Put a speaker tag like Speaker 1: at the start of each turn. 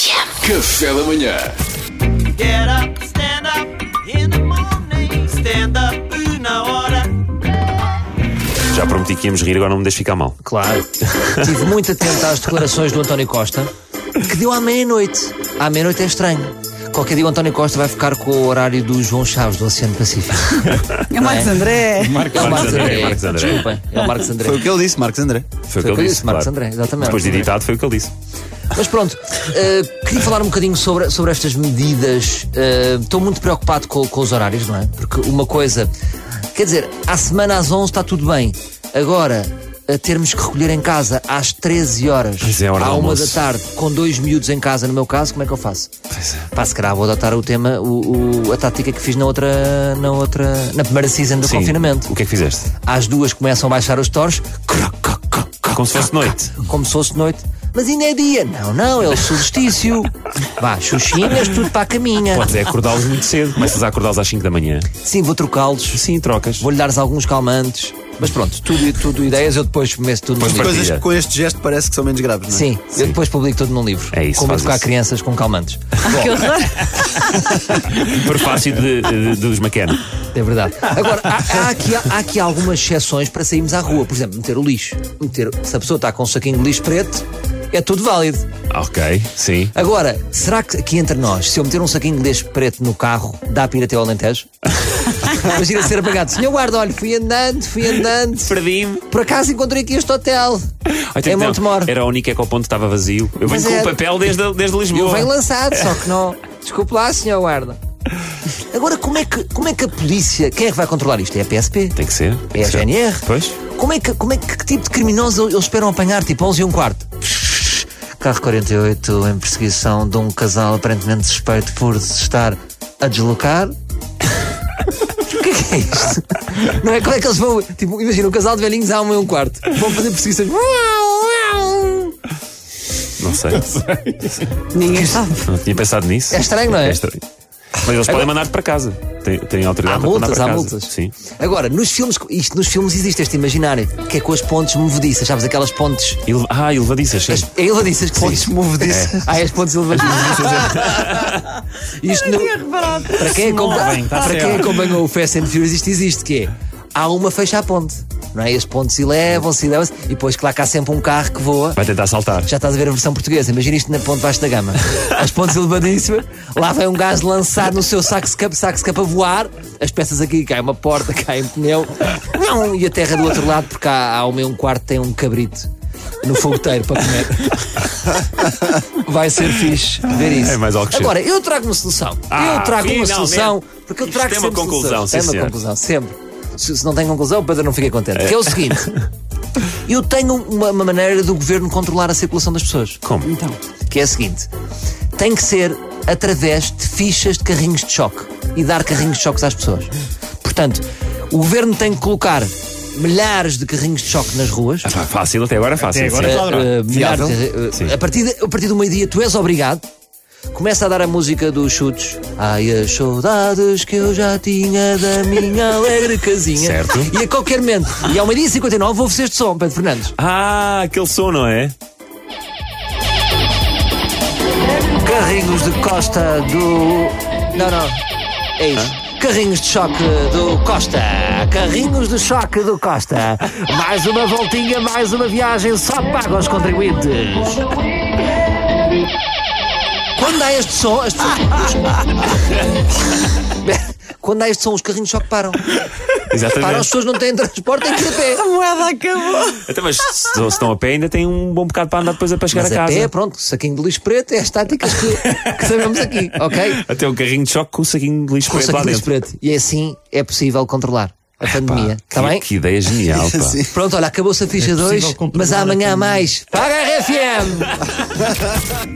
Speaker 1: Café da manhã.
Speaker 2: Get up, stand up in the morning. Stand up na hora.
Speaker 3: Já prometi que íamos rir, agora não me deixes ficar mal.
Speaker 4: Claro. Estive muito atento às declarações do António Costa, que deu à meia-noite. À meia-noite é estranho. Qualquer dia o António Costa vai ficar com o horário do João Chaves do Oceano Pacífico.
Speaker 5: É o Marcos André.
Speaker 4: É o Marcos André.
Speaker 3: Marcos André.
Speaker 4: Desculpem, é o Marcos André.
Speaker 6: Foi o que ele disse, Marcos André.
Speaker 3: Foi o que
Speaker 4: Foi
Speaker 3: ele disse.
Speaker 4: Marcos
Speaker 3: claro.
Speaker 4: André, exatamente.
Speaker 3: Depois de editado, foi o que ele disse.
Speaker 4: Mas pronto, eh, queria falar um bocadinho sobre, sobre estas medidas. Eh, Estou muito preocupado com, com os horários, não é? Porque uma coisa, quer dizer, à semana às 11 está tudo bem. Agora, a termos que recolher em casa às 13 horas,
Speaker 3: Pois é, a hora
Speaker 4: à
Speaker 3: do
Speaker 4: uma
Speaker 3: almoço.
Speaker 4: da tarde, com dois miúdos em casa, no meu caso, como é que eu faço? Pá, se calhar vou adotar o tema, o, o- a tática que fiz na outra, na outra, na primeira season do
Speaker 3: Sim.
Speaker 4: confinamento.
Speaker 3: O que é que fizeste?
Speaker 4: Às duas começam a baixar os torres,
Speaker 3: Como se fosse noite.
Speaker 4: como se fosse noite. Mas ainda é dia. Não, não, é o solstício. Vá, xuxinhas, tudo para a caminha.
Speaker 3: Podes é acordá-los muito cedo. Começas a acordá-los às 5 da manhã.
Speaker 4: Sim, vou trocá-los.
Speaker 3: Sim, trocas.
Speaker 4: Vou-lhe dar alguns calmantes. Mas pronto, tudo, tudo ideias, eu depois começo tudo num
Speaker 3: Pois
Speaker 4: livro.
Speaker 3: partilha.
Speaker 6: Coisas que com este gesto parece que são menos graves, não é?
Speaker 4: Sim, eu depois publico tudo num livro.
Speaker 3: É isso,
Speaker 4: Como
Speaker 3: faz
Speaker 4: educar
Speaker 3: isso. Ah,
Speaker 4: crianças com calmantes.
Speaker 5: Que horror.
Speaker 3: Prefácio de, de- dos McKenna.
Speaker 4: É verdade. Agora, há, há aqui, há aqui algumas exceções para sairmos à rua. Por exemplo, meter o lixo. Meter, se a pessoa está com um saquinho de lixo preto, é tudo válido.
Speaker 3: Ok, sim.
Speaker 4: Agora, será que aqui entre nós, se eu meter um saquinho de lixo preto no carro, dá para ir até ao Alentejo? Imagina ser apagado. Senhor guarda, olha, fui andando, fui andando.
Speaker 3: Perdi-me.
Speaker 4: Por acaso encontrei aqui este hotel. é
Speaker 3: Não,
Speaker 4: Montemor.
Speaker 3: Era o único ecoponto que estava vazio. Eu
Speaker 4: Mas
Speaker 3: venho com
Speaker 4: é-
Speaker 3: o papel desde, desde
Speaker 4: Eu
Speaker 3: Lisboa.
Speaker 4: venho lançado, só que não. Desculpe lá, senhor guarda. Agora, como é, que, como é que a polícia. Quem é que vai controlar isto? É a PSP?
Speaker 3: Tem que ser.
Speaker 4: É a GNR?
Speaker 3: Pois.
Speaker 4: Como é que, como é que, que tipo de criminosos eles esperam apanhar? Tipo 11 e um quarto. Carro 48 em perseguição de um casal aparentemente suspeito por se estar a deslocar. O que é que é isto? Não é? Como é que eles vão. Tipo, imagina, um casal de velhinhos há um e um quarto. Vão fazer perseguições.
Speaker 3: Não sei.
Speaker 5: Ninguém sabe.
Speaker 3: Não tinha pensado nisso.
Speaker 4: É estranho, não é?
Speaker 3: É estranho. Mas eles podem mandar-te para casa. Tem, tem autoridade
Speaker 4: Há
Speaker 3: para mandar
Speaker 4: multas,
Speaker 3: para
Speaker 4: há
Speaker 3: casa.
Speaker 4: multas.
Speaker 3: Sim.
Speaker 4: Agora, nos filmes, isto nos filmes existe este imaginário, que é com as pontes movediças, sabes? Aquelas pontes.
Speaker 3: Ele- Ah, elevadiças, sim.
Speaker 4: As, é elevadiças que pontes movediças. Ah, as pontes elevadiças. Ah. isto não, Para quem, acompanha- para quem acompanhou o Fast and Furious, isto existe, que é há uma fecha à ponte. Não é? E as pontes elevam-se, elevam-se, e depois, claro, que há sempre um carro que voa.
Speaker 3: Vai tentar saltar.
Speaker 4: Já estás a ver a versão portuguesa, imagina isto na ponte baixo da gama. As pontes elevadíssimas, lá vem um gajo lançado no seu saco-scup, saco-scup a voar, as peças aqui, cai uma porta, cai um pneu, não, e a terra do outro lado, porque há, há uma e um quarto, tem um cabrito no fogoteiro para comer. Vai ser fixe ver isso.
Speaker 3: É mais algo que
Speaker 4: Agora, eu trago uma solução.
Speaker 3: Ah,
Speaker 4: eu trago
Speaker 3: finalmente.
Speaker 4: uma solução, porque eu
Speaker 3: Isto
Speaker 4: trago
Speaker 3: tem uma
Speaker 4: sempre
Speaker 3: conclusão,
Speaker 4: soluções.
Speaker 3: sim,
Speaker 4: Tem uma
Speaker 3: senhor.
Speaker 4: conclusão, sempre. Se, se não tem conclusão, o Pedro não fica contente. Que é o seguinte. Eu tenho uma, uma maneira do governo controlar a circulação das pessoas,
Speaker 3: Como?
Speaker 5: Então,
Speaker 4: que é a seguinte: tem que ser através de fichas de carrinhos de choque e dar carrinhos de choques às pessoas. Portanto, o governo tem que colocar milhares de carrinhos de choque nas ruas.
Speaker 3: Ah, pá, fácil, até agora é fácil.
Speaker 7: agora
Speaker 3: sim.
Speaker 7: é claro.
Speaker 4: Eh, eh, milhares
Speaker 6: Fiável.
Speaker 4: de- eh,
Speaker 3: Sim.
Speaker 4: a, partir de- a partir do meio-dia, tu és obrigado. Começa a dar a música dos chutes. Ai, as saudades que eu já tinha da minha alegre casinha.
Speaker 3: Certo.
Speaker 4: E a qualquer momento, e ao meio-dia e 59, ouve-se este som, Pedro Fernandes.
Speaker 3: Ah, aquele som, não é?
Speaker 4: Carrinhos de Costa do. Não, não. É isso. Carrinhos de choque do Costa. Carrinhos de choque do Costa. Mais uma voltinha, mais uma viagem, só paga aos contribuintes. Quando há este som, as pessoas. Quando há este som, os carrinhos de choque param. Param, as
Speaker 3: Exatamente.
Speaker 4: pessoas não têm transporte, têm que ir a pé.
Speaker 5: a moeda acabou.
Speaker 3: Até, Então, mas se se estão a pé, ainda tem um bom bocado para andar depois a para chegar
Speaker 4: Mas
Speaker 3: a
Speaker 4: a
Speaker 3: casa.
Speaker 4: pé, pronto, saquinho de lixo preto é as táticas que, que sabemos aqui, ok?
Speaker 3: Até um carrinho de choque com um saquinho de lixo
Speaker 4: com o
Speaker 3: preto lá
Speaker 4: saco de
Speaker 3: dentro.
Speaker 4: preto. E assim é possível controlar a pandemia. Está
Speaker 3: que,
Speaker 4: bem?
Speaker 3: que É ideia genial, pá.
Speaker 6: Sim.
Speaker 4: Pronto, olha, acabou-se a ficha 2, mas amanhã há mais. Paga a RFM!